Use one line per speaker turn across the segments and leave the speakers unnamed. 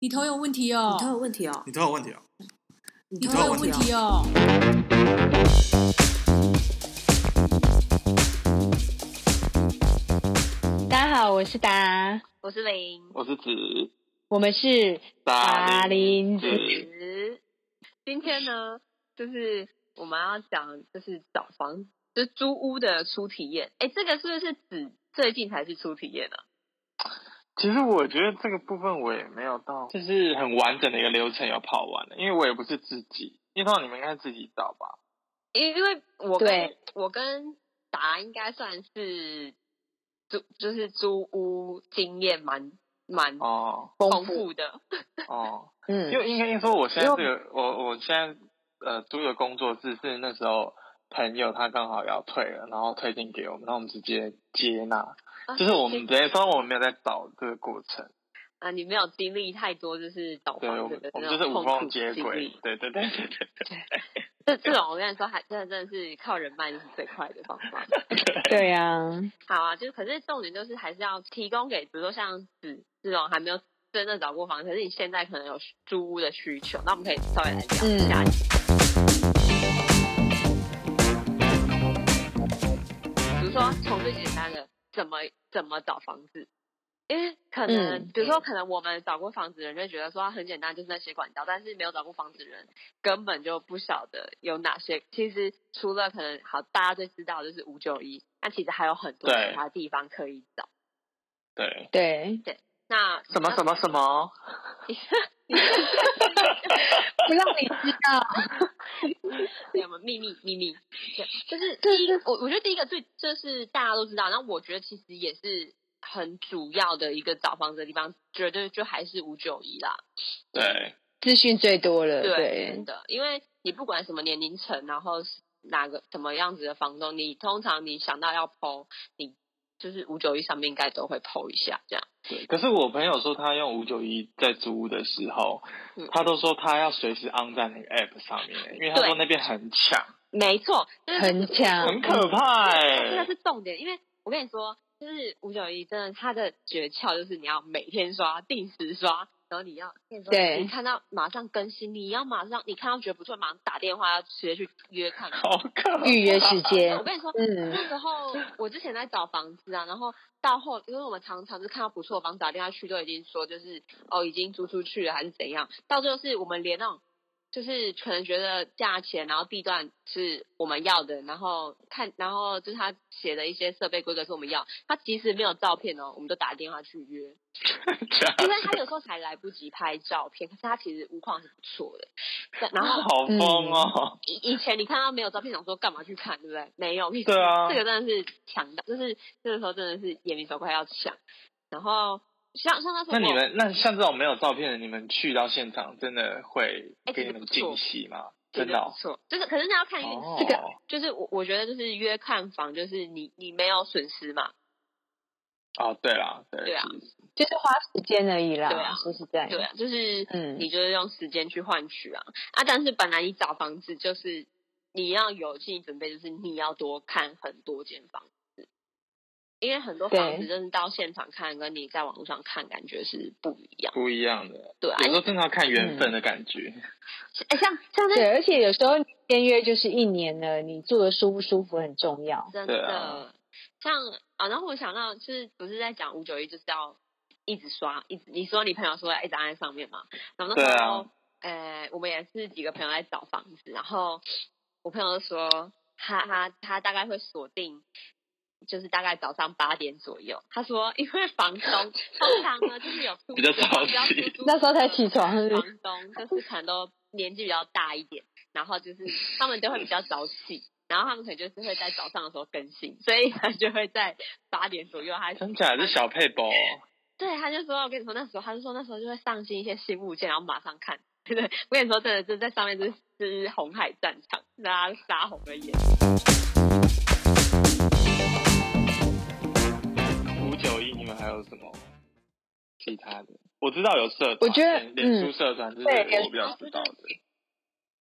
你头有问题哦！
你头有问题哦！
你头有问题哦！
你
你头有问题哦！
大家好，我是达，
我是林
我是指
我们是
大
林
子，
子。今天呢，就是我们要讲就是找房，就是租屋的初体验。哎，这个是不是指最近才是初体验啊？
其实我觉得这个部分我也没有到，就是很完整的一个流程有跑完的，因为我也不是自己，因为通常你们应该自己找吧。
因因为我跟
对
我跟达应该算是租，就是租屋经验蛮蛮
哦
丰富的。
哦，
嗯
因为应该说我现在这个我我现在呃租的工作室是那时候朋友他刚好要退了，然后推荐给我们，然后我们直接接纳，
啊
就是我们直接说我们没有在找这个过程，
啊，你没有经历太多，就是找
哦对，我
房子
们
的
我们
那
就是
种
无
痛苦
缝接
经
轨
历，。
对对对对对
这这种我跟你说，还真的真的是靠人脉就是最快的方法。
对。
对啊，
好啊，就是可是重点就是还是要提供给，比如说像子这种还没有真正找过房，可是你现在可能有租屋的需求，那我们可以稍微来聊一下。比如说从最简单的怎么怎么找房子，因为可能、
嗯
比如说可能我们找过房子的人就会觉得说啊很简单，就是那些管道，但是没有找过房子的人根本就不晓得有哪些。其实除了可能好大家最知道的就是五九一，那其实还有很多
对
其他地方可以找。
对
对，啊
那
什么什么什么？
不让你知道，
什么秘密秘密，就是第一，我我觉得第一个最就是大家都知道，那我觉得其实也是很主要的一个找房子的地方，绝对就还是五九一啦。
对
资讯最多了，
真
对，
的，因为你不管什么年龄层，然后是哪个什么样子的房东，你通常你想到要剖，你就是五九一上面应该都会剖一下这样。
对，可是我朋友说他用五九一在租屋的时候，
嗯
他都说他要随时 on 在那个 app 上面，因为他
对
说那边很抢，
没错，就是
很
很
强，
可怕
这
哎、
个是重点，因为我跟你说，就是五九一真的它的诀窍就是你要每天刷，定时刷，然后你要跟你说
对
你看到马上更新，你要马上你看到觉得不错，马上打电话要直接去约看房。
好可怕。
预约时
我
间，
跟你说，
嗯，
那时候我之前在找房子啊，然后到后，因为我们常常是看到不错的房子打电话去，都已经说就是哦已经租出去了还是怎样，到最后是我们连那种就是可能觉得价钱，然后地段是我们要的，然后看，然后就是他写的一些设备规格是我们要，他即使没有照片哦，我们都打电话去约，因为他有时候才来不及拍照片，可是他其实屋况是不错的，但然后
好疯哦、
嗯
以以前你看到没有照片，想说干嘛去看，对不对？没有，
对啊
这个真的是强的，就是这个时候真的是眼明手快要抢。然后像像那时 候
那
我，
你们那像这种没有照片的，你们去到现场真的会
哎
给
其
你
实
们
不错
惊喜吗？
对
真的哦
不、错，就是可是那要看运
哦
气。就是我我觉得就是约看房，就是你你没有损失嘛，
哦，对啦，对
对啊
其实
就是花时间而已啦，
对啊
说实在，
对啊，就是
嗯
你就是用时间去换取啊啊！但是本来你找房子就是你要有心理准备，就是你要多看很多间房子，因为很多房
对
子就是到现场看跟你在网络上看感觉是不一样，
不一样的。
对啊
有时候真的要看缘分的感觉。
嗯
哎、像像
对，啊
那
而且有时候签约就是一年了，你住的舒不舒服很重要，
真
对
的、
啊
像啊，然后我想到就是不是在讲五九一就是要一直刷，一直你说你朋友说要一直按在上面嘛，然后那
啊
时候、呃，我们也是几个朋友在找房子，然后我朋友就说他他他大概会锁定。就是大概早上八点左右，他说，因为房东通常呢就是有 出
比较
租的
早
比较
起
出租
那时候才
的
起床，是不是
房东就是可能都年纪比较大一点，然后就是他们都会比较早起，然后他们可能就是会在早上的时候更新，所以他就会在八点左右，他
真假的是小配包、哦，
对他就说，我跟你说那时候他就说那时候就会上新一些新物件，然后马上看， 对不对？我跟你说真的，就是在上面就是就是红海战场，大家杀红了眼。
五九一，你们还有什么其他的？我知道有社团，
我觉得嗯
脸脸书社团，这
对
是我比较知道的。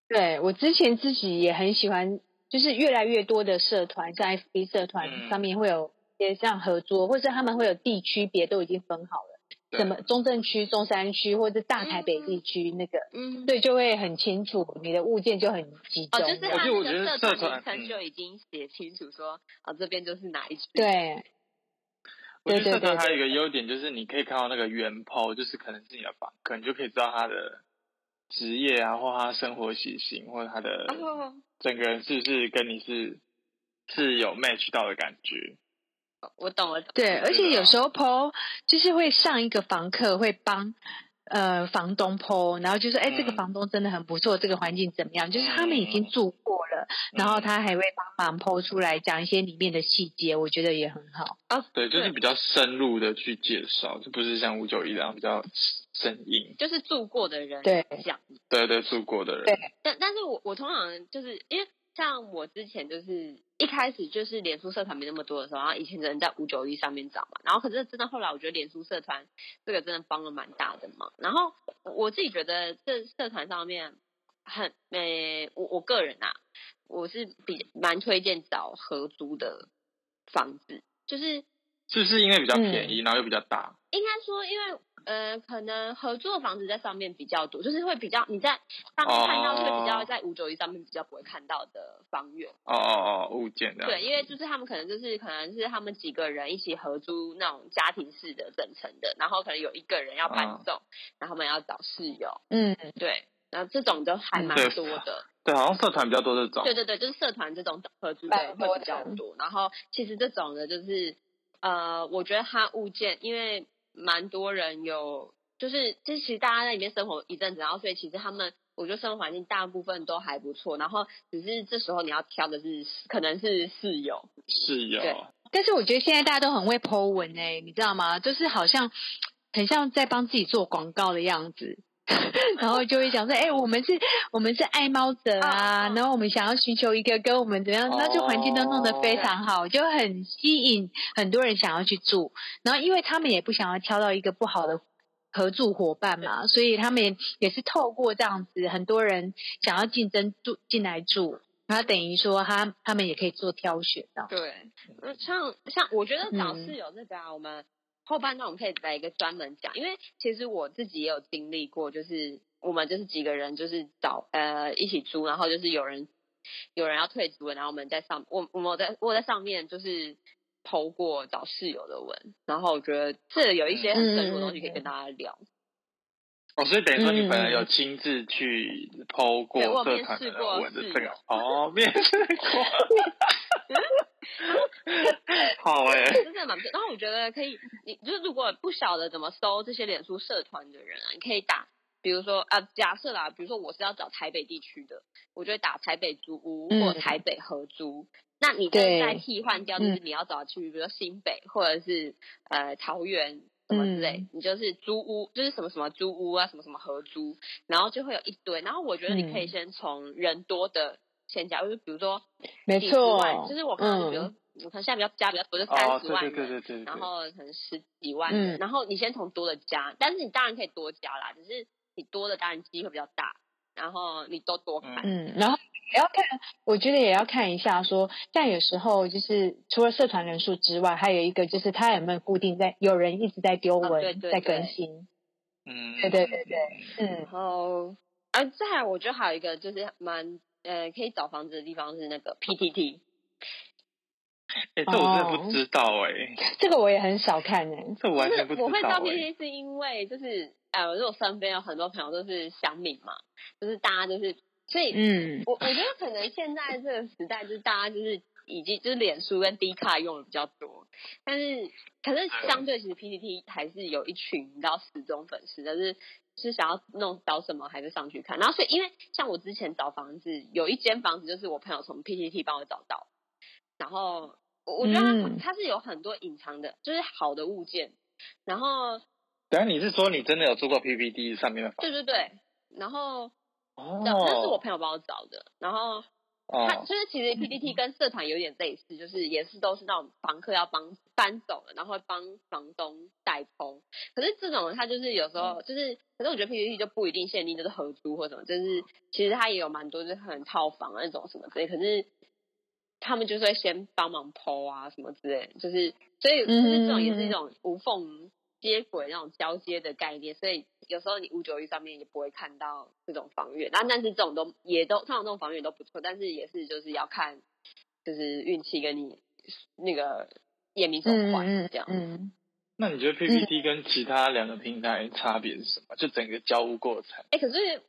对我之前自己也很喜欢，就是越来越多的社团，像 FB 社团
嗯
上面会有一些像合作，或是他们会有地区别都已经分好了，
对
什么中正区、中山区或者大台北地区那个，
嗯，
对，就会很清楚，你的物件就很集
哦，
中了。
就是
我
他
觉得我
那
觉得
个
社
社
团嗯
团名称就已经写清楚说，哦，这边就是哪一区。，
对
我觉得
对
社
对
团
对
还有一个优点就是你可以看到那个原 PO，就是可能是你的房客，你就可以知道他的职业啊，或他生活习性，或者他的
哦，
整个人是不是跟你是是有 match 到的感觉。
我懂了。懂了
对，而且有时
候
候 PO 就是会上一个房客会帮。呃，房东 PO，然后就说，哎、这个
嗯
房东真的很不错，这个环境怎么样？就是他们已经
嗯
住过了，然
嗯
后他还会帮忙 PO 出来讲一些里面的细节，我觉得也很好。
对，就是
对
比较深入的去介绍，就不是像五九一这样比较生硬。
就是住过的人
对
讲，
对对，住过的人，
对
但但是我我通常就是因为像我之前就是一开始就是脸书社团没那么多的时候，然后以前的人在五九一上面找嘛，然后可是真的后来我觉得脸书社团这个真的帮了蛮大的忙，然后我我自己觉得这社团上面很呃、我我个人啊，我是比蛮推荐找合租的房子，就是
是不是因为比较便
嗯
宜，然后又比较大？
应该说，因为呃，可能合租的房子在上面比较多，就是会比较你在上面看到，
哦
会比较在五九一上面比较不会看到的房源。
哦哦哦，物件这样。
对，因为就是他们可能就是可能是他们几个人一起合租那种家庭式的整层的，然后可能有一个人要
嗯
搬走，然后他们要找室友。
嗯，
对，然后这种都还蛮
嗯对
多的。
对，好像社团比较多这种。
对对对，就是社团这种合租的
蛮多
会
的
比较多。然后其实这种的，就是呃，我觉得它物件，因为蛮多人有，就是就是其实大家在里面生活一阵子，然后所以其实他们。我觉得生活环境大部分都还不错，然后只是这时候你要挑的是可能是室友，
室友。
对
但是我觉得现在大家都很会 Po 文哎、你知道吗？就是好像很像在帮自己做广告的样子。 然后就会讲说，哎、我们是，我们是爱猫者啊，
哦哦
然后我们想要寻求一个跟我们怎么样，那就环境都弄得非常
哦
好，就很吸引很多人想要去住。然后因为他们也不想要挑到一个不好的合住伙伴嘛，所以他们也也是透过这样子，很多人想要竞争住进来住，然后等于说他他们也可以做挑选这样。
对，呃像像我觉得找
嗯
室友这个啊，我们后半段我们可以来一个专门讲，因为其实我自己也有经历过，就是我们就是几个人就是找呃一起租，然后就是有人有人要退租了，然后我们在上我我们在我在上面就是。投过找室友的文，然后我觉得这有一些很深入的东西可以跟大家聊。
哦，所以等于说你本人有亲自去剖过
嗯对我有
社
面
团
试
的
过
文的
室
这个
友
哦， 面试过，好哎、
对真的蛮不错。然后我觉得可以，你就是如果不晓得怎么搜这些脸书社团的人啊，你可以打，比如说啊，假设啦，比如说我是要找台北地区的，我就会打台北租屋
嗯
或台北合租。那你可以
对嗯
再替换掉，就是你要找的区域，比如说新北或者是呃桃园。什么之类
嗯，
你就是租屋，就是什么什么租屋啊，什么什么合租，然后就会有一堆。然后我觉得你可以
嗯
先从人多的先加入，就是比如说
没
几十
错
万，就是我看到就比如
嗯
我看现在比较加比较多，就
哦
三，十
对
万
对
人，
对对对对
然，后可能十几万人，
嗯
然后你先从多的加，但是你当然可以多加啦，只是你多的当然机会比较大，然后你都多看，
嗯，然后也要看，我觉得也要看一下说，像有时候就是除了社团人数之外，还有一个就是他有没有固定在有人一直在丢文、
哦对对
在
对
更新，
嗯，
对对对对，嗯
然后啊，再来我觉得还有一个就是蛮呃可以找房子的地方是那个 PTT，
哎、这我真的
哦
不知道哎、
这个我也很少看呢、
这我完全不
就是我会
知
知道
道
P
哎、
T 是因为就是呃，因为我身边有很多朋友都是乡民嘛，就是大家就是所以
嗯，
我我觉得可能现在这个时代，就是大家就是已经就是脸书跟 D 卡用的比较多，但是可是
哎
相对其实 PPT 还是有一群你知道死忠粉丝，但是是想要弄找什么还是上去看。然后所以因为像我之前找房子，有一间房子就是我朋友从 PPT 帮我找到，然后我我觉得它、
嗯
它是有很多隐藏的，就是好的物件，然后
等一下你是说你真的有做过 PPT 上面的房？
对对对，然后
哦，
那是我朋友帮我找的，然后。它
哦，
就是其实 PPT 跟社团有点类似，就是也是都是那种房客要帮搬走了，然后帮房东代抛。可是这种它就是有时候就是，可是我觉得 PPT 就不一定限定就是合租或什么，就是其实它也有蛮多就是很套房啊那种什么之类。可是他们就是会先帮忙抛啊什么之类，就是所以就是这种也是一种无缝接轨那种交接的概念，所以有时候你五九一上面也不会看到这种房源，那但是这种都也都通常这种房源都不错，但是也是就是要看就是运气跟你那个眼明手快这样。
嗯，
那你觉得 PPT 跟其他两个平台差别是什么？就整个交互过程，
哎、可是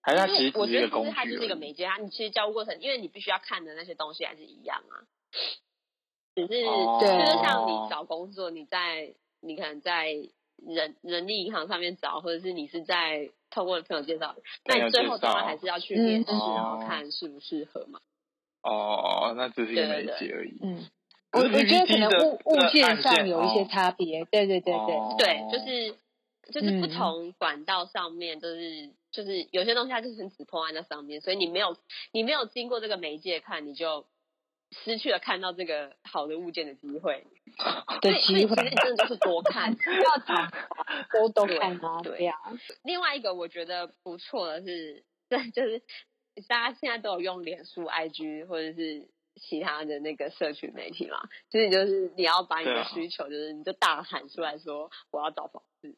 还是它
就
其实
我
只
觉
一
得
个
就
工
是
具
它就是一个
而已？
媒介，它你其实交互过程，因为你必须要看的那些东西还是一样啊，只是、
哦
就
对
是像你找工作，你在你可能在人人力银行上面找，或者是你是在透过朋友介绍，那
朋友
你最后
介绍
当然还是要去面试，
嗯
然后
哦
看适不适合嘛。
哦，那只是一个媒
对对
介而已。
嗯，我
可
我
是
觉得可
PPT
能
的
物物
那
件
按
上
键
有一些
哦
差别，对对对对，
哦
对，就是就是不
嗯
同管道上面，就是就是有些东西它就是只碰在那上面，所以你没有你没有经过这个媒介看，你就失去了看到这个好的物件的机会。
的
所以
机
所以
会
其实你真的就是多看， 要
啊
找
都都看啊，
对
对呀，
另外一个我觉得不错的是，对，就是大家现在都有用脸书、IG 或者是其他的那个社群媒体嘛，所以就是你要把你
对
的
啊
需求，就是你就大喊出来说我要找房子，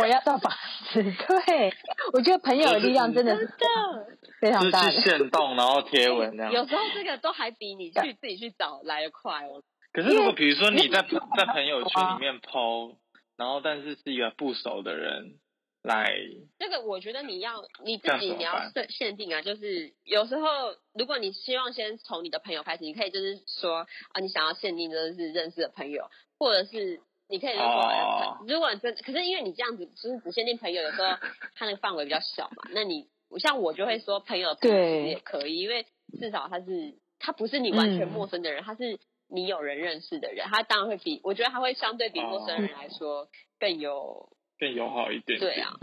我要到房子， 对，我觉得朋友的力量真的是
的，
非
就
常
是
大
去
的，
限动，然后贴文这样。
有时候这个都还比你去自己去找来的快哦。
可是如果比如说你在在朋友
啊
圈里面 PO，然后但是是一个不熟的人来，
这个我觉得你要你自
这样
己
怎么
你要
办
限限定啊，就是有时候如果你希望先从你的朋友开始，你可以就是说啊，你想要限定就是认识的朋友，或者是你可以如果、
哦
如果真可是因为你这样子就是只限定朋友，有时候它那个范围比较小嘛，那你像我就会说朋友的朋友其实
对
也可以，因为至少他是他不是你完全
嗯
陌生的人，他是你有人认识的人，他当然会比我觉得他会相对比陌
哦
生人来说更有
更友好一点
对啊。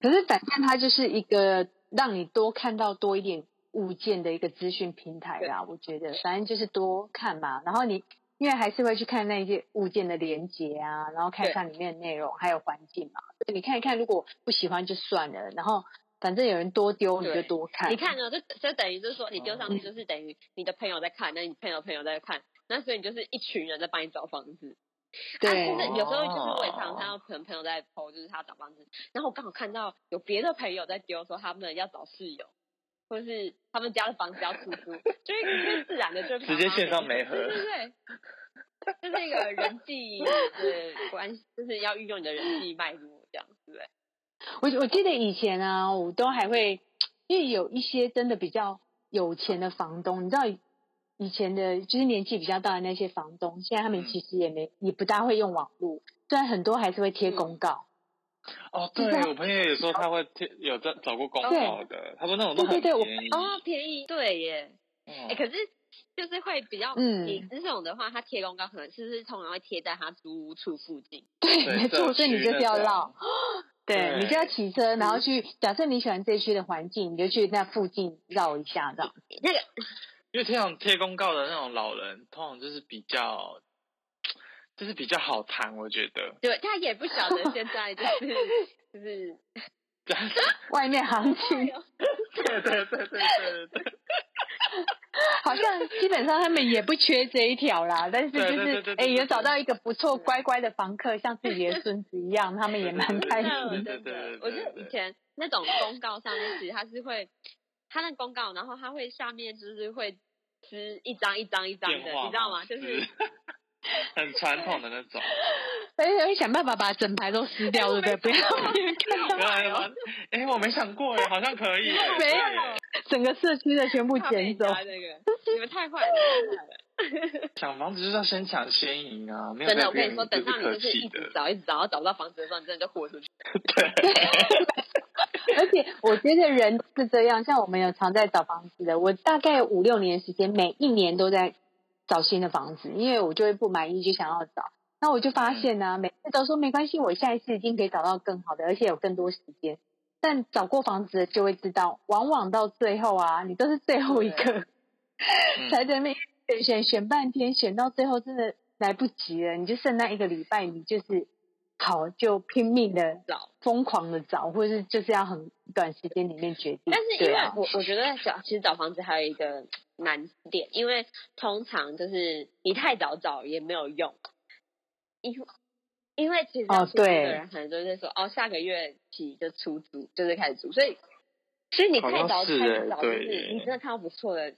可是反正它就是一个让你多看到多一点物件的一个资讯平台啦，我觉得反正就是多看嘛，然后你。因为还是会去看那一些物件的连接啊，然后看一下里面的内容，还有环境嘛。所以你看一看，如果不喜欢就算了，然后反正有人多丢你
对
就多看。
你看呢，哦这这等于就是说，你丢上去就是等于你的朋友在看，那你朋友朋友在看，那所以你就是一群人在帮你找房子。
对
啊、就是有时候就是我也常常
哦
看到朋朋友在 PO，就是他找房子，然后我刚好看到有别的朋友在丢说他们要找室友，或是他们家的房子要出租，就会就会自然的就
直接线上媒合
对对对。这是一个人际的关系，就是要运用你的人际脉络，这样对不对？
我我记得以前啊，我都还会，因为有一些真的比较有钱的房东，你知道以以前的，就是年纪比较大的那些房东，现在他
嗯
们其实也没、也不大会用网络，虽然很多还是会贴
嗯
公告，
哦，
就
对
是他
我朋友也说他会贴有在找过公告的，他说那种都
对
很
对对我
便宜。
哦，便宜，对耶，哎、
嗯
可是就是会比较，
嗯
你这种的话，他贴公告可能是不是通常会贴在他租屋处附近？
对，
对
没
社
错，所以你
区
就是
那
要
种
绕，对
对嗯
你就要骑车，然后去，假设你喜欢这区的环境，你就去那附近绕一下，这样。
那个
因为通常贴公告的那种老人，通常就是比较，就是比较好谈，我觉得。
对他也不晓得现在就是就是，哎
外面行情
对对对对对对
好像基本上他们也不缺这一条 啦，但是就
对对对
是
对
哎，
对
有找到一个不错乖乖的房客，像自己的孙子一样，他们也蛮开心
对对对
的。
真的真的
对对对
我觉得以前那种公告上面，其实他是会，他那公告，然后他会下面就是会撕一张一张一张
电
的，
话
你知道
嘛
吗？就是。
很传统的那 种，
而且会想办法把整排都撕掉，对不对？不要
哎
让别人看到
原来吗？哎、我没想过耶，好像可 以耶。
没有
对耶
整个社区的全部
怕被
捡
人
走
家。那个，你们太坏了，你们太坏了！
抢房子就是要先抢先赢啊，没有
真的，
在
我跟你说，
别
等
人
到
客
你就是
气
一直
的。
找，一直找，然后找不到房子的时候，你真的就豁出去。
而且我觉得人是这样，像我们有常在找房子的，我大概五六年时间，每一年都在找新的房子，因为我就会不满意就想要找。那我就发现呢、每次都说没关系，我下一次一定可以找到更好的，而且有更多时间。但找过房子的就会知道，往往到最后啊，你都是最后一个， 才在那边选选选半天，选到最后真的来不及了，你就剩那一个礼拜，你就是好就拼命的
找，
疯狂的找，或者是就是要很短时间里面决定。
但是因
对
为
啊、
我我觉得找其实找房子还有一个难点，因为通常就是你太早找也没有用，因为因为其实要
哦
出租的
对
人可能就是说，哦，下个月起就出租，就是开始租，所以所以你
好
太
像
早
是
太
欸
早，就
对
是
耶
你真的看到不错的，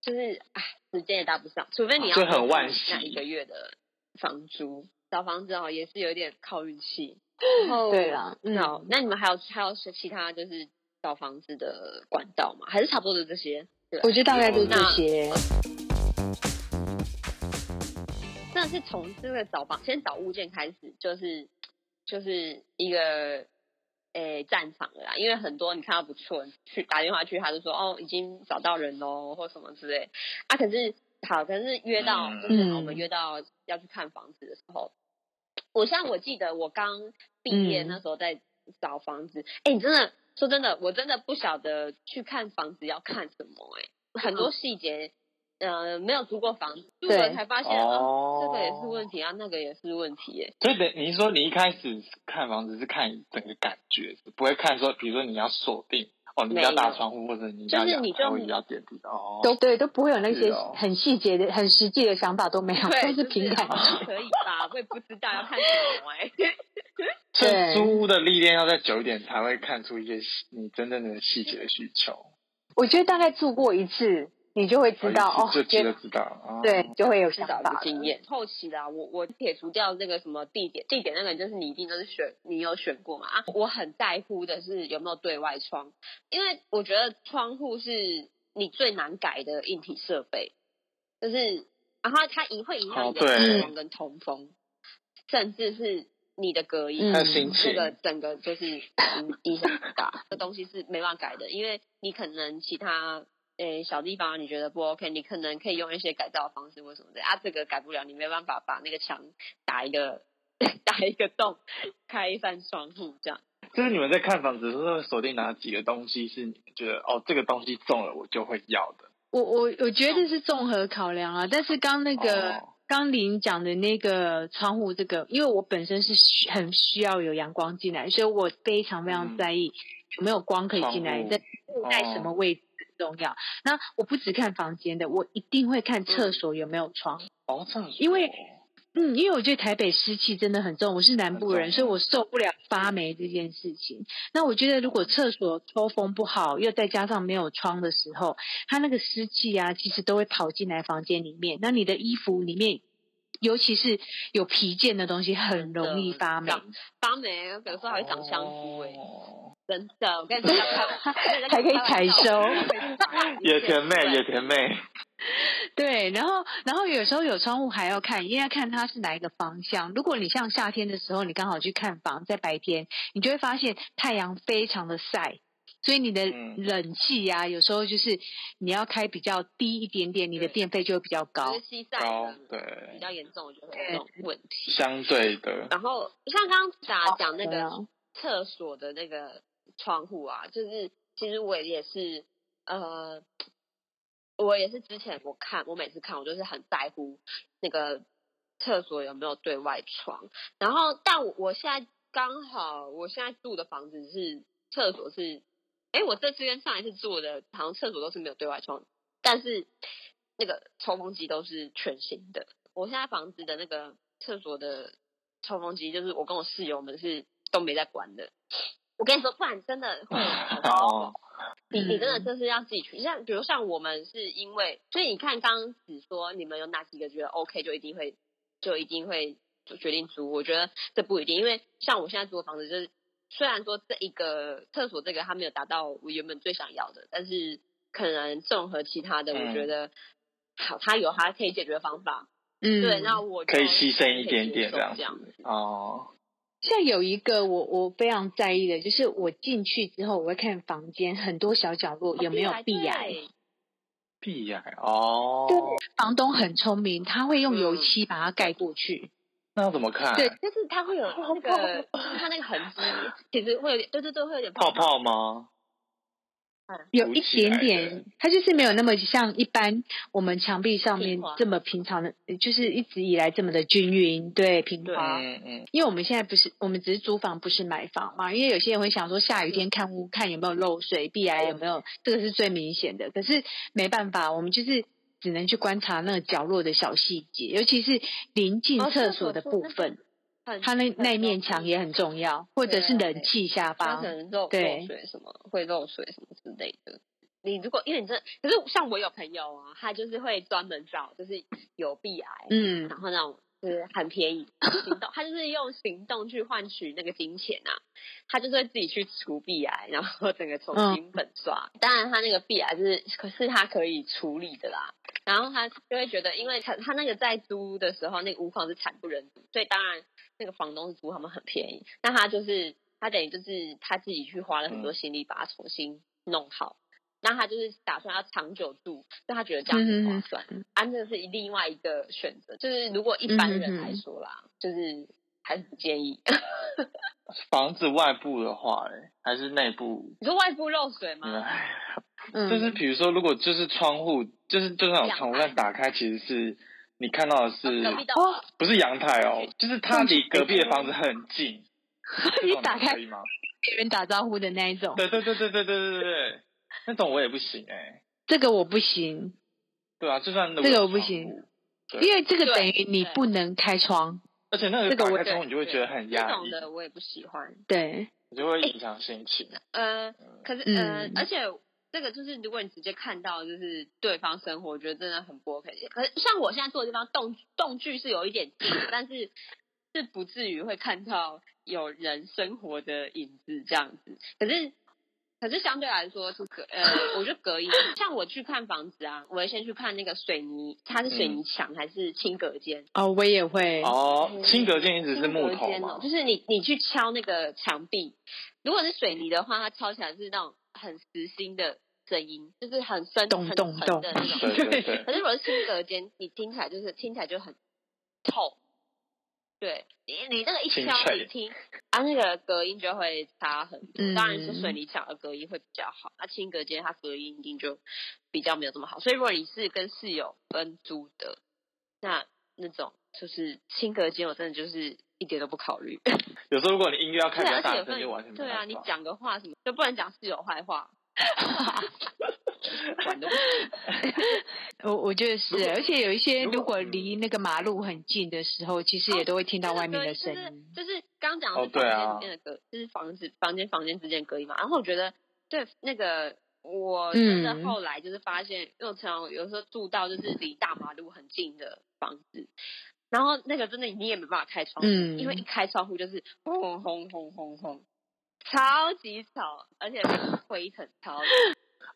就是唉，时间也搭不上，除非你要
这很惋
付那
惜
一个月的房租，找房子哦也是有点靠运 气。
对啦，嗯，
那、那你们还有还有是其他就是找房子的管道吗？还是差不多的这些？对吧
我觉得大概就是这
那
些。
真的是从这个找房，先找物件开始，就是就是一个诶战场了啦。因为很多你看到不错，去打电话去，他就说哦已经找到人喽，或什么之类啊。可是好，可是约到、
嗯
就是好我们
嗯
约到要去看房子的时候，我像我记得我刚毕业
嗯
那时候在找房子，哎、你真的说真的，我真的不晓得去看房子要看什么、哎，很多细节。呃，没有租过房子，租了
嗯对
才发现，哦，
哦
这个也是问题啊，那个也是问题耶。
所以等你是说你一开始看房子是看整个感觉，不会看说，比如说你要锁定哦，你
没
要
有
大窗户或者你
就
要
是
阳
你
台
就
或者要电梯哦，
都对，都不会有那
是
些
哦
很细节的、很实际的想法都没有，
对，
哦都 是啊凭感觉。
可以吧？我也不知道要看什 么哎、
所以
对
租屋的历练要在久一点才会看出一些细你真正的细节的需求，
我觉得大概住过一次，你就会知道哦
就，值
原
得知道啊。哦
对，，就会有
至
想
少
法
有个
了
经。验。后期啦，我我撇除掉那个什么地点，地点那个就是你一定都是选，你有选过嘛？啊，我很在乎的是有没有对外窗，因为我觉得窗户是你最难改的硬体设备，就是然后它影会影响
哦
你的采
对
光跟通风，甚至是你的隔音。
嗯
还有心
这
情，
个整个就是影影响很大，这东西是没办法改的，因为你可能其他诶、小地方你觉得不 OK，你可能可以用一些改造方式或什么的啊，这个改不了，你没办法把那个墙打一个 打一个洞，开一扇窗户这样。
就是你们在看房子的时候锁定哪几个东西是你们觉得哦，这个东西中了我就会要的。
我我我觉得是综合考量啊，但是刚那个
哦
刚林讲的那个窗户这个，因为我本身是需很需要有阳光进来，所以我非常非常
嗯
在意有没有光可以进来，
窗户哦
在在什么位置很重要。那我不只看房间的，我一定会看
嗯
厕所有没有窗。
哦，这样子哦
因为嗯，因为我觉得台北湿气真的很重，我是南部人，
很重
所以我受不了发霉这件事情。那我觉得如果厕所抽风不好，又再加上没有窗的时候，它那个湿气啊，其实都会跑进来房间里面。那你的衣服里面，尤其是有皮件的东西，很容易发霉。
长发霉，有时候还会哦长香菇哎、
哦
真的，我跟你说，
还可以采收
野田妹，野
也
田妹，
对，然后然后有时候有窗户还要看，因为要看它是哪一个方向。如果你像夏天的时候，你刚好去看房，在白天，你就会发现太阳非常的晒，所以你的
嗯
冷气呀、有时候就是你要开比较低一点点，你的
对
电费就会比较
就
高
是。西晒
高
的比
哦对，
较严重，我觉得有这种问题。
相对的，
然后像刚刚打讲那
对
个
啊
厕所的那个窗户啊，就是其实我也是呃，我也是之前我看我每次看我就是很在乎那个厕所有没有对外窗，然后但我我现在刚好我现在住的房子是厕所是，哎，我这次跟上一次住的好像厕所都是没有对外窗，但是那个抽风机都是全新的。我现在房子的那个厕所的抽风机，就是我跟我室友们是都没在管的。我跟你说，不然真的会
哦，
你你真的
嗯
就是要自己去，像比如像我们是因为，所以你看刚刚只说你们有哪几个觉得 OK 就一定会就一定会就决定租，我觉得这不一定，因为像我现在租的房子就是，虽然说这一个厕所这个它没有达到我原本最想要的，但是可能综合其他的，
嗯
我觉得、好，它有它可以解决的方法，
嗯，
对，那我就
可以牺牲一
可以
点
接
点
受
这样
这样
子，哦，
像有一个我我非常在意的，就是我进去之后，我会看房间很多小角落有没有壁癌。
哦对
必然哦，
对，房东很聪明，他会用油
嗯
漆把它盖过去。
那要怎么看？
对
就是它会有 那个，就是它那个痕迹，其实会有点，对对对，会有点
泡泡吗？
有
浮
一
起
点
来
点
的，
它就是没有那么像一般我们墙壁上面
平滑
这么平常的，呃就是一直以来这么的均匀，对平
对
滑。
嗯嗯，
因为我们现在不是，我们只是租房，不是买房嘛。因为有些人会想说，下雨天看屋，看有没有漏水，壁
哦
癌有没有，这个是最明显的。可是没办法，我们就是只能去观察那个角落的小细节，尤其是临近
哦
厕
厕所
的
是
部
那个
分。
很
它那那一面墙也很重要，或者是冷气下
啊它
方
可。能漏
对
漏水什么，会漏水什么之类的。你如果因为你这，可是像我有朋友啊，他就是会专门找，就是有鼻癌，
嗯，
然后那种就是很便宜行动，他就是用行动去换取那个金钱啊，他就是会自己去除鼻癌，然后整个重新粉刷。当然，他那个鼻癌就是可是他可以处理的啦。然后他就会觉得，因为他他那个在租的时候，那个屋况是惨不忍睹，所以当然那个房东是租他们很便宜，那他就是他等于就是他自己去花了很多心力把它重新弄好。那他就是打算要长久住，所以他觉得这样很划算。安这是另外一个选择，就是如果一般人来说啦，就是还是不建议。
房子外部的话、欸，还是内部？
你说外部漏水
你们
吗？
嗯
就是比如说，如果就是窗户，就是就是那种窗户，但打开其实是你看到的是
隔壁栋啊
不是阳台哦，就是它离隔壁的房子很近。这
你
种
打开
可以吗？
别人打招呼的那一种，
对对对对对对对对对，那种我也不行哎、
这个我不行，
对啊，就算那
这个我不行，
对
因为这个
对
等于你
对
不能开窗，
而且那个
这个
打
我
开窗户你就会觉得很
这
压
种
抑，
的我也不喜欢。
对，
你就会影响心情。
呃，可是呃
嗯，
而且这个就是，如果你直接看到就是对方生活，我觉得真的很不 OK。可是像我现在住的地方，动动距是有一点近的，但是是不至于会看到有人生活的影子这样子。可是。可是相对来说是隔呃，我就隔一像我去看房子啊，我会先去看那个水泥，它是水泥墙还是轻隔间？
哦，我也会，
哦，
嗯
轻隔间一直是
轻
木
隔
头
间
嘛
哦，，就是你你去敲那个墙壁，如果是水泥的话，它敲起来是那种很实心的声音，就是很深
咚
很
咚
沉
咚
的那
对
种。
对对，
可是如果是轻隔间，你听起来就是听起来就很透。对你，你那个一
清
敲，
脆
你听啊，那个隔音就会差很多。当然
嗯
是水泥墙的隔音会比较好，那、轻隔间它隔音一定就比较没有这么好。所以如果你是跟室友分租的，那那种就是轻隔间，我真的就是一点都不考虑。
有时候如果你音乐要开
对
比较
啊，而且
大
有时候
声，就完全没
你对啊，
办
你
法。
讲个话什么就不能讲室友坏话，管都不行。
我我觉得是，而且有一些
如果
如果离那个马路很近的时候，其实也都会听到外面的声音。
就是就是刚讲的
哦
是房
对啊
间里面的隔，就是房子房间房间之间隔离嘛。然后我觉得对那个。我
嗯
真的后来就是发现，因为我常有时候住到就是离大马路很近的房子，然后那个真的你也没办法开窗户，
嗯
因为一开窗户就是轰轰轰轰轰轰，超级吵，而且灰尘超级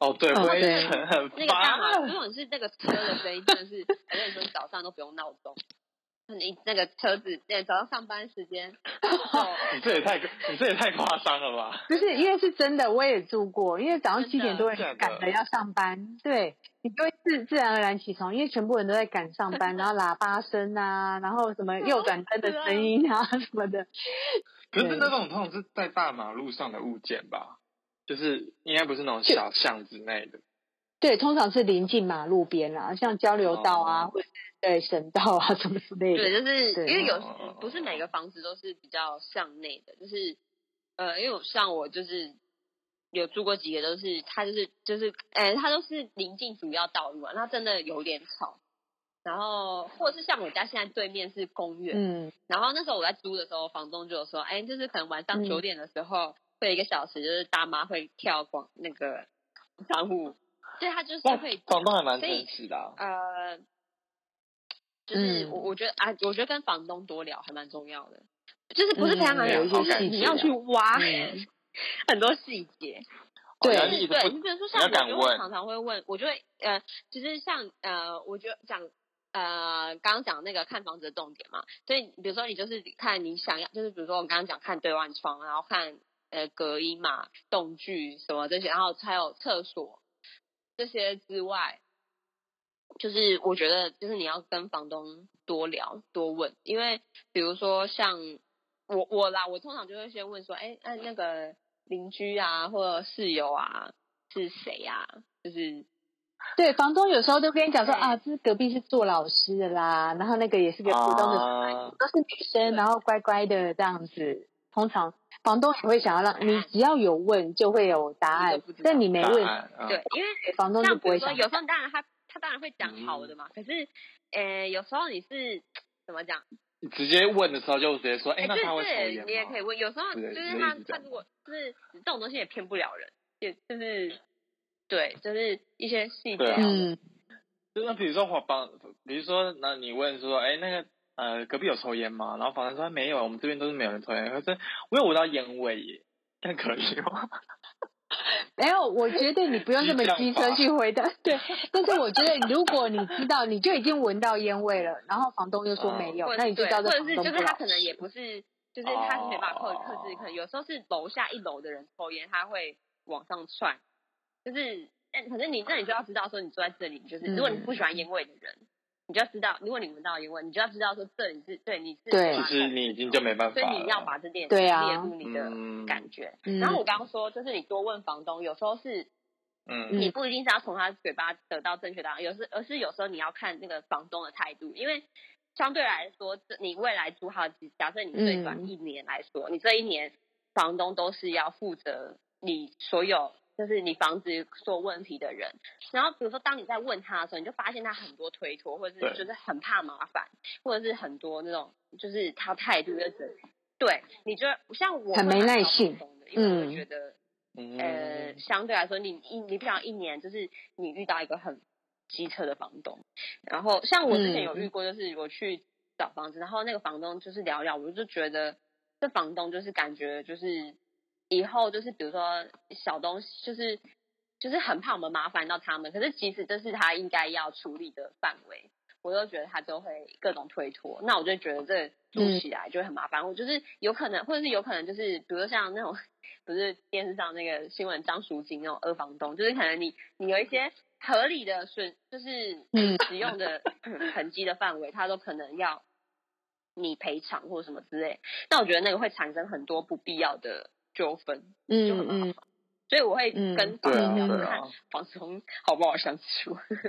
哦，对，
哦
灰
对
尘很
那个大马路，
烦。
如果你是那个车的声音，真的是 我跟你说，你早上都不用闹钟，你那个车子，那早上上班时间，
你这也太你这也太夸张了吧？
不是，因为是真的，我也住过，因为早上七
真的
点多
真的
人赶着要上班，对你就会自自然而然起床，因为全部人都在赶上班，然后喇叭声啊，然后什么右转灯的声音啊什么的，
可是
对
那种通常是在大马路上的物件吧？就是应该不是那种小巷子内的。
对，通常是临近马路边啊，像交流道啊，
哦
或者是对省道啊什么之类
对，
的，
就是
对
因为有
哦
不是每个房子都是比较向内的，就是呃，因为我像我就是有住过几个，都是它就是就是，哎、它都是临近主要道路啊，那真的有点吵。然后，或者是像我家现在对面是公园，
嗯，
然后那时候我在租的时候，房东就有说，哎，就是可能晚上
嗯
九点的时候，会有一个小时，就是大妈会跳广那个窗户，所以他就是
那
会
房东还蛮
所以
诚实的啊。
呃，就是
嗯
我我觉得啊，我觉得跟房东多聊还蛮重要的，就是不是
嗯
培养感
有
情，
一
就
些
是
细
你
节
要
啊
去挖
嗯
很多细节，
哦
对
然后
对
你一直
对，
不
你比如说
你
像
要
我
敢
就
问
会常常会问，我就会呃，其实像呃，我就讲呃，刚刚讲那个看房子的重点嘛，所以比如说你就是看你想要，就是比如说我刚刚讲看对外窗，然后看呃隔音嘛、动距什么这些，然后还有厕所这些之外，就是我觉得就是你要跟房东多聊多问，因为比如说像我我啦，我通常就会先问说，哎、哎、那个邻居啊或者室友啊是谁啊？就是
对，房东有时候都跟你讲说
对
啊，这隔壁是做老师的啦，然后那个也是个普通
哦
的，
啊
都是女生，然后乖乖的这样子。通常房东也会想要让你
嗯
只要有问就会有答
你
案
都不知，道
但你没
答
问，
案嗯
对，因为
房东就
像
不
比如
会
说
想。
有时
嗯
候当然他他当然会讲好的嘛，可是呃有时候你是怎么讲？
直接问的时候就直接说，哎、
哎，
那
对
他会抽
对，
烟
你也可以
吗？
问，有时候
之类
就
之
是
类
他
是这
他
样
如果就是这种东西也骗不了人，也就是对，就是一些细节
啊对
啊。
啊
嗯，
就是比如说我帮，比如说那你问说，哎、那个呃隔壁有抽烟吗？然后房东说没有，我们这边都是没有人抽烟，可是我有闻到烟味耶，那可以吗？
没有，我觉得你不用这么机车去回 答，对。但是我觉得，如果你知道，你就已经闻到烟味了，然后房东又说没有，
或者
那
是
你就
哦对，
知道这
或者
房
是
东
就
不
是他
老哦
可能也不是，就是
哦
他没办法克克制，可能有时候是楼下一楼的人抽烟，他会往上窜，就是但可是你那你就要知道说你坐在这里，你就是如果你不
嗯
喜欢烟味的人，你就要知道，如果你闻到烟味，你就要知道说这里是对你是
对
无
其
法
实
控
你已经就没办法
所
了。
以你要把这点
对啊
列入你的
嗯
感觉。
嗯
然后我刚刚说，就是你多问房东，有时候是
嗯
你不一定是要从他嘴巴得到正确答案，有时而是有时候你要看那个房东的态度，因为相对来说，这你未来租好，假设你最短
嗯
一年来说，你这一年房东都是要负责你所有。就是你房子所有问题的人，然后比如说当你在问他的时候，你就发现他很多推脱，或者
对
是就是很怕麻烦，或者是很多那种就是他态度就是对，你就像我
很
会
没
蛮
耐
少
性
沟通的，因为我
嗯
会觉得
嗯
呃，相对来说，你一你不想一年，就是你遇到一个很机车的房东。然后像我之前
嗯
有遇过，就是我去找房子，然后那个房东就是聊聊，我就觉得这房东就是感觉就是以后就是比如说小东西，就是就是很怕我们麻烦到他们，可是其实这是他应该要处理的范围。我都觉得他都会各种推脱，那我就觉得这
嗯
租起来就会很麻烦。我就是有可能，或者是有可能就是，比如说像那种不是电视上那个新闻张淑金那种二房东，就是可能你你有一些合理的损，就是
嗯
你使用的痕迹的范围，他都可能要你赔偿或什么之类。那我觉得那个会产生很多不必要的纠纷，就很
嗯
麻
嗯
烦所以我会
嗯
跟房
对啊
东聊，
对
看
啊，
房东好不好相处。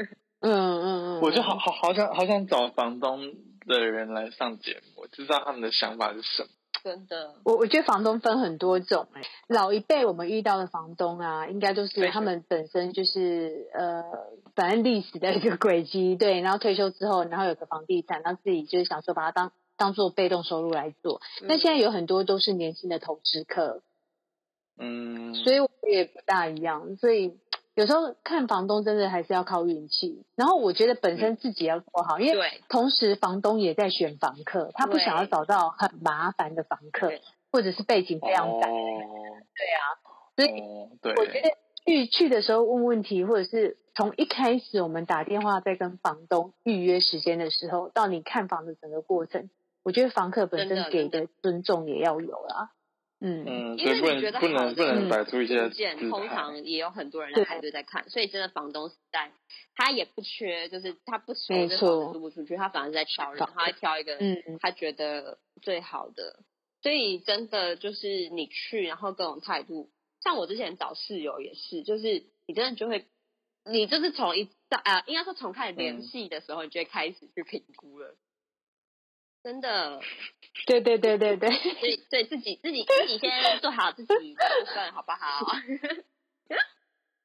嗯嗯嗯，
我就好好好想好想找房东的人来上节目，知道他们的想法是什么。
真的，
我我觉得房东分很多种、欸，老一辈我们遇到的房东啊，应该都是
退休
他们本身就是呃，反正历史的一个轨迹，对，然后退休之后，然后有个房地产，然后自己就是想说把它当当做被动收入来做。那
嗯
现在有很多都是年轻的投资客，
嗯，
所以我也不大一样，所以。有时候看房东真的还是要靠运气，然后我觉得本身自己要做好，因为
嗯对
同时房东也在选房客，他不
对
想要找到很麻烦的房客
对，
或者是背景非常窄。
哦，
所以
哦，对，
我觉得去去的时候问问题，或者是从一开始我们打电话在跟房东预约时间的时候，到你看房的整个过程，我觉得房客本
真
身
的
给
真的
的尊重也要有啦。嗯，
嗯，
因
所
为
以不
你觉
能
得
不
好
能
的
不能
嗯
摆出一些
物
姿
件通
态。
常也有很多人
对
来排队在看，所以真的房东是在他也不缺，就是他不愁
没
这房
错
子租不出去，他反而是在挑人
找，
他会挑一个
嗯
他觉得最好的。所以真的就是你去，然后各种态度，像我之前找室友也是，就是你真的就会，你就是从一到啊、应该说从开始联
嗯
系的时候，你就会开始去评估了。真的，
对对对对对，
所以所以自己自己自己先做好自己的部分，好不好？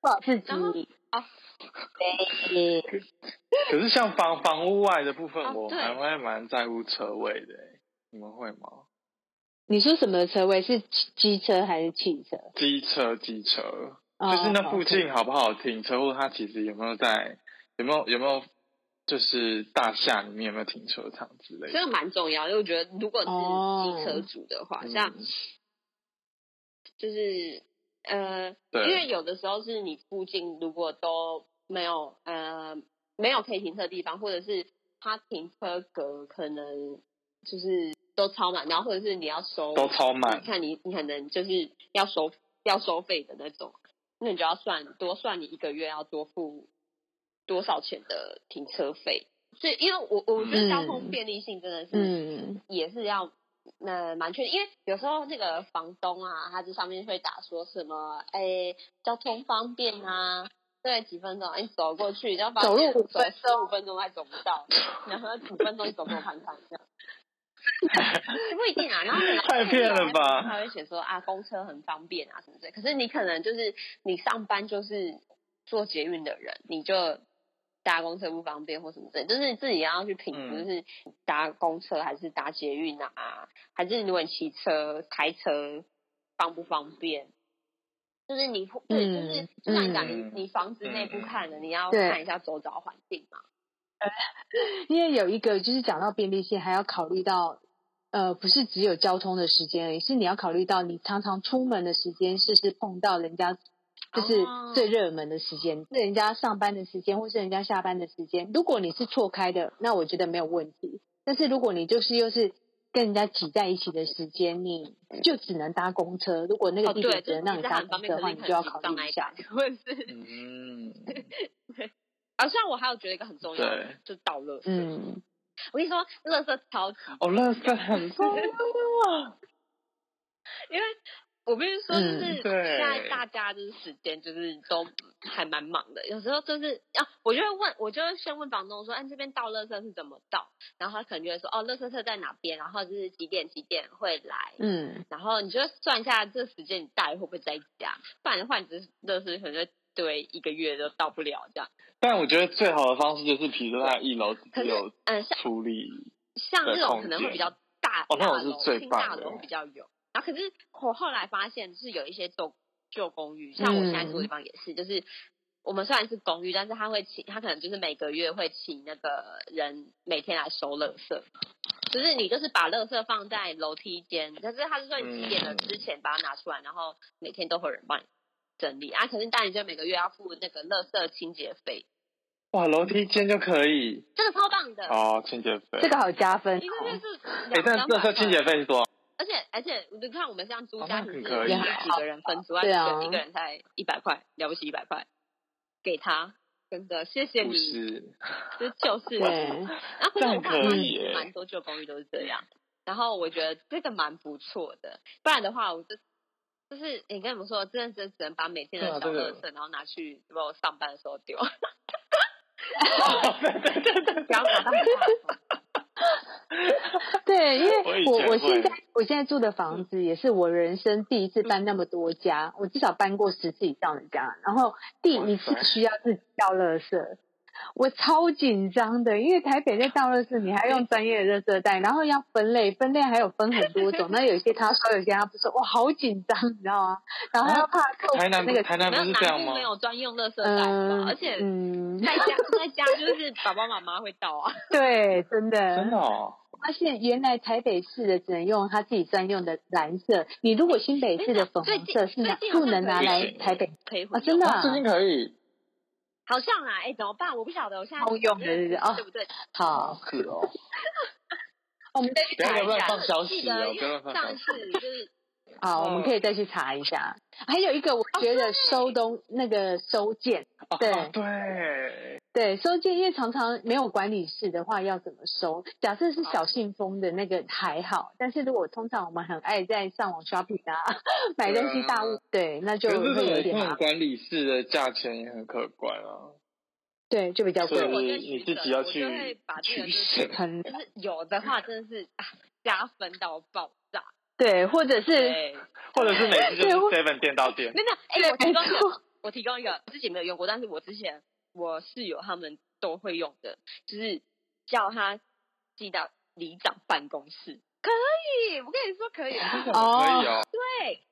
做好 自
然后
己。
哦
对，
可是像房房屋外的部分，
哦
我
对
还会蛮在乎车位的欸。你们会吗？
你说什么车位是机机车还是汽车？哦
机车机车，
哦
就
就是那附近好不好停车，或者它其实有没有在有没有有没有就是大厦里面有没有停车场之类
这
的。
个蛮重要，因为我觉得如果
哦
是机车主的话，
嗯
像就是呃，
嗯对，
因为有的时候是你附近如果都没有呃没有可以停车的地方，或者是他停车格可能就是都超满，然后或者是你要收
都超满
你看你你可能就是要收要收费的那种，那你就要算多算你一个月要多付多少钱的停车费。所以，因为我我觉得交通
嗯
便利性真的是，
嗯
也是要呃蛮确定，因为有时候那个房东啊，他这上面会打说什么，哎、交通方便啊，对，几分钟，哎、你走过去，然后发
走
现
路五
走
分
十五分钟还走不到，然后五分钟你走给我看看，这样。不一定啊，然后可能
太骗了吧
他会写说啊，公车很方便啊什么之类，可是你可能就是你上班就是坐捷运的人，你就搭公车不方便或什么之类，就是你自己要去评估，
嗯
就是搭公车还是搭捷运啊，还是如果你骑车、开车方不方便？就是你会对，就是
嗯
就像你讲，
嗯
你你房子内部看的，你要
对
看一下周遭环境嘛。
因为有一个就是讲到便利性，还要考虑到，呃，不是只有交通的时间而已，是你要考虑到你常常出门的时间，是不是碰到人家就是
哦
最热门的时间，是人家上班的时间，或是人家下班的时间。如果你是错开的，那我觉得没有问题。但是如果你就是又是跟人家挤在一起的时间，你就只能搭公车。如果那嗯
哦，
个地
对，
铁
就
只
是
能让你
你在
搭
很方
公车
便，
的
可
话，你就
是你可
要
能
考
上
虑
那
一下。
班，或者是
嗯，
啊，虽然 我还有觉得一个很重要的
对，
就倒垃圾。
嗯，
我跟你说，垃圾超级
哦，垃圾很啊重要，
因为我必须说，
嗯
就是现
对
在大家就是时间就是都还蛮忙的，有时候就是啊，我就会问，我就会先问房东说，哎，这边倒垃圾是怎么倒？然后他可能就会说，哦，垃圾车在哪边，然后就是几点几点会来，
嗯，
然后你就算一下这时间你大约会不会在家，不然的话你只是垃圾可能就堆一个月都到不了这样。
但我觉得最好的方式就是，比如说在一楼自
可
己
是
有
嗯，像
处理，
像
的
这种
空
可能会比
间
较大，
哦那
大
种是
楼
最
新
棒
大
的
楼会比较有。然后可是我后来发现，就是有一些旧旧公寓，像我现在住的地方也是，就是我们虽然是公寓，但是他会请，他可能就是每个月会请那个人每天来收垃圾。就是你就是把垃圾放在楼梯间，可是他是说你几点了
嗯
之前把它拿出来，然后每天都会有人帮你整理啊。可是但你就每个月要付那个垃圾清洁费，
哇，楼梯间就可以
这个超棒的，
哦，清洁费。
这个好加分
一个
哦
月是
哎，
两
但
三
这
百
这清洁
块
费是多少？
而且而且，你看我们这样租
哦
家
那
庭
很
是
可
以
我们
啊
几个人分租，啊，一
对
个
啊
一个人才一百块，了不起一百块，给他，真的谢谢
不
你，
是，
这就是
对。
然后可是我
这
看
样可
发
以
现
耶
蛮多旧公寓都是这样，然后我觉得这个蛮不错的，不然的话我就就是你跟你们说，真的是只能把每天
对
的
啊
小
这
垃
个
圾，然后拿去如果上班的时候 丢，
对对对对
不要拿到很大桶。
对，因
我以
为
前
我我现在
会
我现在住的房子也是我人生第一次搬那么多家，我至少搬过十次以上的家，然后第一次
哇塞
需要自己倒垃圾。我超紧张的，因为台北在倒垃圾，你还用专业的垃圾袋，然后要分类，分类还有分很多种，那有些他收，有些他不收，我好紧张，你知道吗？然后还要怕扣
啊台南
那个，
台南
没
不
有
是这
南
样
部
吗
没？有专用垃圾袋吧
嗯，，
而且
嗯，
在家在家就是爸爸妈妈会到啊。
对，真的，
真的哦，
发现原来台北市的只能用他自己专用的蓝色，你如果新北市的粉红色是拿
最近
不能拿
最
来
近
台北
可以混
啊，
用
真的、
啊
啊
最，近可以
好像啦，哎、怎么办？我不晓得，我现在
通用的
因
是不是
为
哦
对不对？
好，
是哦，
我们再去
不要
查一
乱
下
放消
记
息
得
哦，
因
不要
为
乱放消
上
息。
次就是
啊，我们可以再去查一下。还有一个，我觉得收东、那个收件，
哦
对
对，
对收件，因为常常没有管理室的话，要怎么收？假设是小信封的那个还好，但是如果通常我们很爱在上网 shopping 啊，买东西大物，对，那就
可是
会有
这
一点
种这
麻
种
烦，
管理室的价钱也很可观啊，
对，就比较
所
贵，
我
以
跟
你
徐
自
哲
己要
我就会
去
把这
取
个就是
舍。
很
就是有的话，真的是啊加分到爆炸。
对，或者是
对，
或者是每次就是
对我
seven 店到店
没，有，没有哎、
对
我提供一
没
个，我提供一个，自己没有用过，但是我之前我室友他们都会用的，就是叫他寄到里长办公室。可以，我跟你说可以。
可以哦，
对，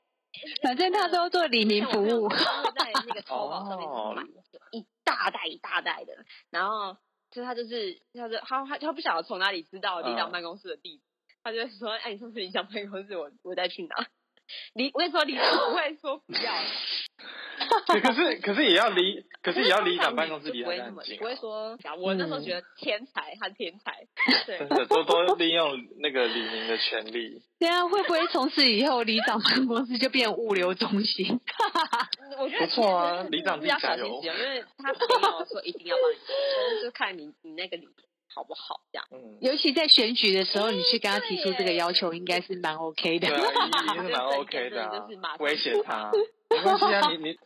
反正他都做黎明服 务，哦
在那个淘宝上面就是买一大袋一大袋的，然后就是他就是他就他他他不晓得从哪里知道里长办公室的地址，他就说：“哎，你上次里长办公室我我再去拿。”李我跟你说，李长不会说不要，
对可是可是也要离，可是也要离
长
长办公室离
不
他
会那
很
么
近啊
不，会说。我那时候觉得天才，他天才，对
真，的多多利用那个李宁的权利。
这样啊会不会从此以后里长办公室就变物流中心？
我觉得
不错啊里长
比较小
自己加油
心使哦用，因为他没有说一定要帮你，就是就看你你那个礼好不好这样。
嗯，
尤其在选举的时候，你去跟他提出这个
对耶
要求，应该是蛮 OK
对
的。
啊，一定是蛮 OK 的、啊
就是马，上
威胁他，没关系啊，你你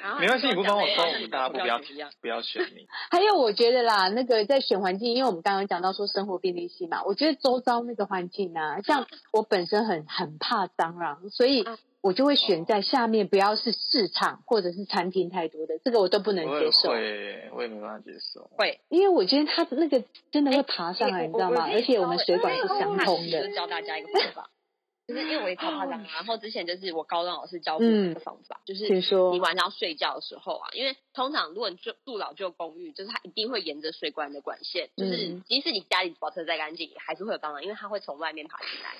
然后他
没关系，
就跟我讲
你不帮我
哎
说，
那
我
你
们大家不
跟
要
我一样。
不要选你。
还有，我觉得啦，那个在选环境，因为我们刚刚有讲到说生活便利性嘛，我觉得周遭那个环境啊，像我本身很很怕蟑螂，所以
啊
我就会选在下面不要是市场或者是餐厅太多的，这个我都不能
我
接
也
受，
会，我也没办法接受。
会，
因为我觉得它那个真的会爬啊上来，
哎
你知道吗？
我
而且我们水管是
稍
相
微
通的
就是，教大家一个方法，就是因为我也超怕蟑螂，然后之前就是我高中老师教过
嗯
一个方法，就是
请说
你晚上睡觉的时候啊，因为通常如果你住住老旧公寓，就是它一定会沿着水管的管线，就是
嗯
即使你家里保持得再干净，也还是会有蟑螂，因为它会从外面爬进来。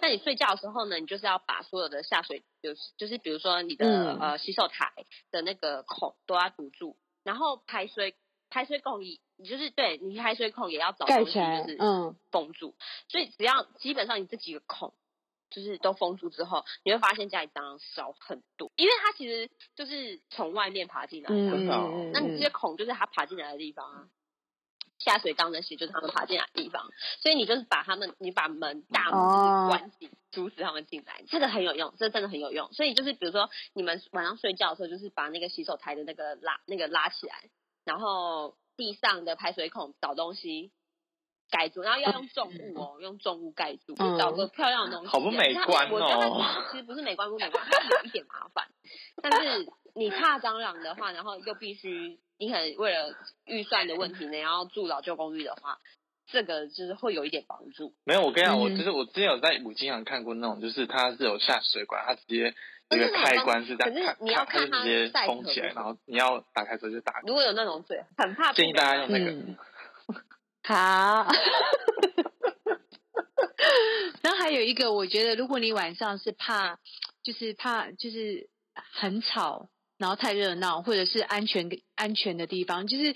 那你睡觉的时候呢，你就是要把所有的下水，就是就是比如说你的、
嗯
呃洗手台的那个孔都要堵住，然后排水排水孔也，你就是对你排水孔也要找
盖
东西
起来
就是，
嗯，
封住，所以只要基本上你这几个孔就是都封住之后，你会发现家里蟑螂少很多，因为它其实就是从外面爬进来的啊、
嗯嗯
真的哦
嗯
那你这些
嗯，
孔就是它爬进来的地方啊。下水道那些就是它们爬进来的地方，所以你就是把它们，你把门大门
哦
就是关紧，阻止它们进来，这个很有用，这真的很有用。所以就是比如说你们晚上睡觉的时候，就是把那个洗手台的那个拉那个拉起来，然后地上的排水孔找东西盖住，然后要用重物哦，用重物盖住，就找
嗯
个漂亮的东西啊。
好不美观哦
我刚才讲其实不是美观不美观，它有一点麻烦。但是你怕蟑螂的话，然后又必须你可能为了预算的问题呢，然后住老旧公寓的话，这个就是会有一点帮助。
没有，我跟你讲，我
嗯
就是我之前有在五金行看过那种，就是它是有下水管，它直接有一个
可是
开关是这
可是
样，
你要
它
看
它
它
就直接
晒
封
可
起来，
不
然后你要打开之后就打开。
如果有那种水，很怕不
建议大家用
美观
那个，
嗯， 好。然后还有一个，我觉得如果你晚上是怕，就是怕就是很吵，然后太热闹，或者是安全安全的地方，就是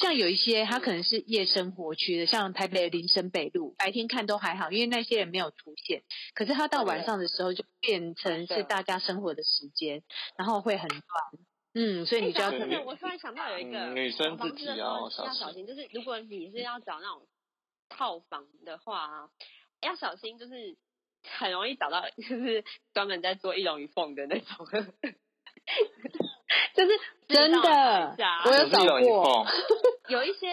像有一些它可能是夜生活区的，像台北的林森北路，白天看都还好，因为那些人没有出现，可是它到晚上的时候就变成是大家生活的时间，然后会很乱。嗯，所以你就要
哎
特
讲到
别
这个我突然想到有一个、
嗯女生自己
要
要
要
小心
小心，就是如果你是要找那种套房的话、啊，要小心，就是很容易找到就是专门在做翼龙与凤的那种， 就是
真的
知道一下
我有
可是有
找
一
过
缝，
有一些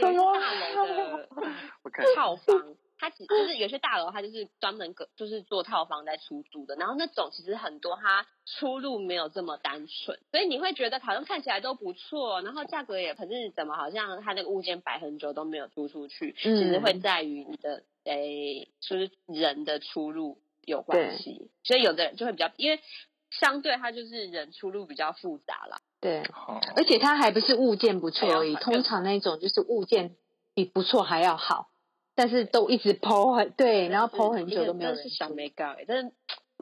有一些大楼的
我看
套房，它只就是有些大楼，它就是专门个就是做套房在出租的，然后那种其实很多它出入没有这么单纯，所以你会觉得好像看起来都不错，然后价格也可是怎么好像它那个物件摆很久都没有租出去，
嗯
其实会在于你的诶、就是人的出入有
对
关系，所以有的人就会比较因为相对它就是人出入比较复杂啦，
对。
好，
而且它还不是物件不错而已，
对啊
通常那种就是物件比不错还要好，但是都一直剖很对，然后剖很久都没有
真
人
是小美感哎、但是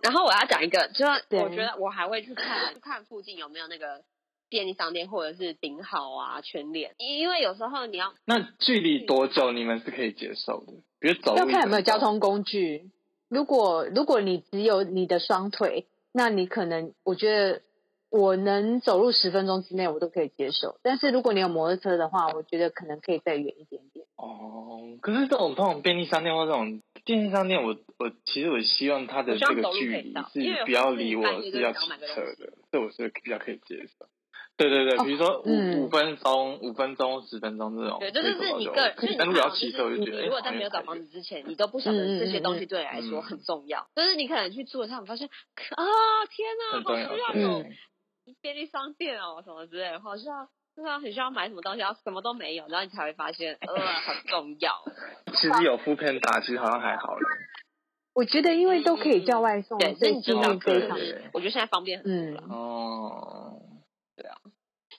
然后我要讲一个，就是
对
我觉得我还会去看去看附近有没有那个便利商店或者是顶好啊、全联，因因为有时候你要
那距离多久你们是可以接受的？比如走路
要看有没有
一
交
分钟，
通工具。如果如果你只有你的双腿，那你可能我觉得我能走路十分钟之内我都可以接受，但是如果你有摩托车的话，我觉得可能可以再远一点点。
哦，可是这种这种便利商店或这种便利商店我，我其实我希望它的
我希
这
望
个
走路
距
可以
离
到因为
是
有
不
时候
要
是
离
你
我
半
是
夜就
要骑
想买个
车
东西
的，这我是比较可以接受。对对对，
哦
比如说五
嗯
五分钟、五分钟、十分钟这种，
对，这就是你个人，就
可
是
以走到就 OK 但如果要
你看哦
骑
就
车，我
是
就
你
觉得哎
你如果在没有找房子之前，你都不晓
嗯
得这些东西对你来
嗯
说很重要，但是你可能去住了，他们发现啊，天哪，
很
好
重要。嗯
需要
对
哦，便利商店哦什么之类的，好像。对啊，很需要买什么东西，然后什么都没有，然后你才会发现，呃，很重要。
其实有副片打，其实好像还好了。
我觉得因
嗯
为都可以叫外送，哦
对，
所
所以
以
你
几
知
率
道，
嗯
非
就
常
是我觉得现在方便很多了。
嗯
哦，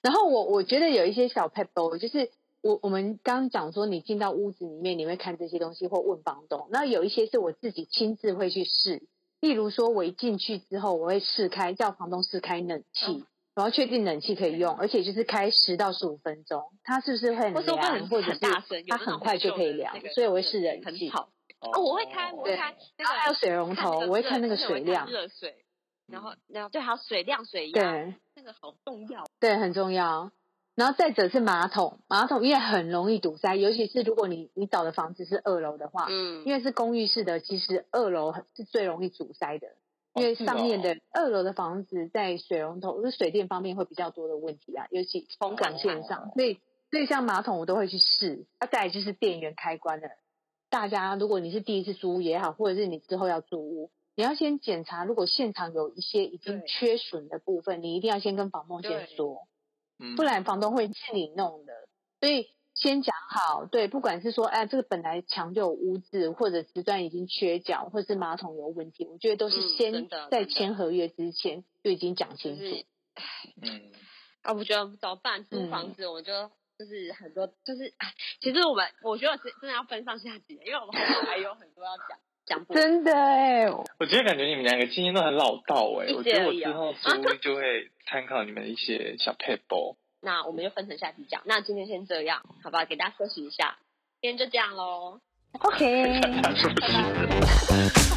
然后我我觉得有一些小 p e p l 就是我我们刚刚讲说，你进到屋子里面，你会看这些东西或问房东。那有一些是我自己亲自会去试，例如说我一进去之后，我会试开，叫房东试开冷气。
嗯
然后确定冷气可以用，而且就是开十到十五分钟，它是不是会很
或者会
凉，
很
或者
啊很
是
大声，有
它
那种
很快就可以
旧的
凉
那个，
所以我会试冷
很
气。
吵。
哦
哦，我会开，我会开那
然后还有
个
水龙头，
看那个
我会看那个
热
水量嗯
而且我会看，热水，然后然后对，还有水量、水压，
对
那个好重要。
对，很重要。然后再者是马桶，马桶因为很容易堵塞，尤其是如果你你找的房子是二楼的话，
嗯，
因为是公寓式的，其实二楼是最容易阻塞的。
哦
因为
是
上面
哦
的二楼的房子在水龙头、就是水电方面会比较多的问题啊，尤其
风
管线上，所以所以像马桶我都会去试。啊，再来就是电源开关了。大家如果你是第一次租屋也好，或者是你之后要租屋，你要先检查，如果现场有一些已经
对
缺损的部分，你一定要先跟房东
对
先说。
嗯
不然房东会是你弄的。所以先讲好，对，不管是说，哎，这个本来墙就有污渍，或者瓷砖已经缺角，或是马桶有问题，我觉得都是
嗯
先
真的
在
真的
签合约之前就已经讲
就
清楚。
是
嗯，
啊，我觉得怎么办？租
嗯
房子，我们就、就是很多，就是哎，其实我们我觉得是真的要分上下集，因为我们后面还有很多要讲讲不完。
真的哎、
我觉得感觉你们两个经验都很老道哎、
一
我
些
觉得我
而已
之
啊
后书就会参考你们一些小 paper。
那我们就分成下集讲。那今天先这样，好吧，给大家休息一下，今天就这样喽。
o k
大家是不是？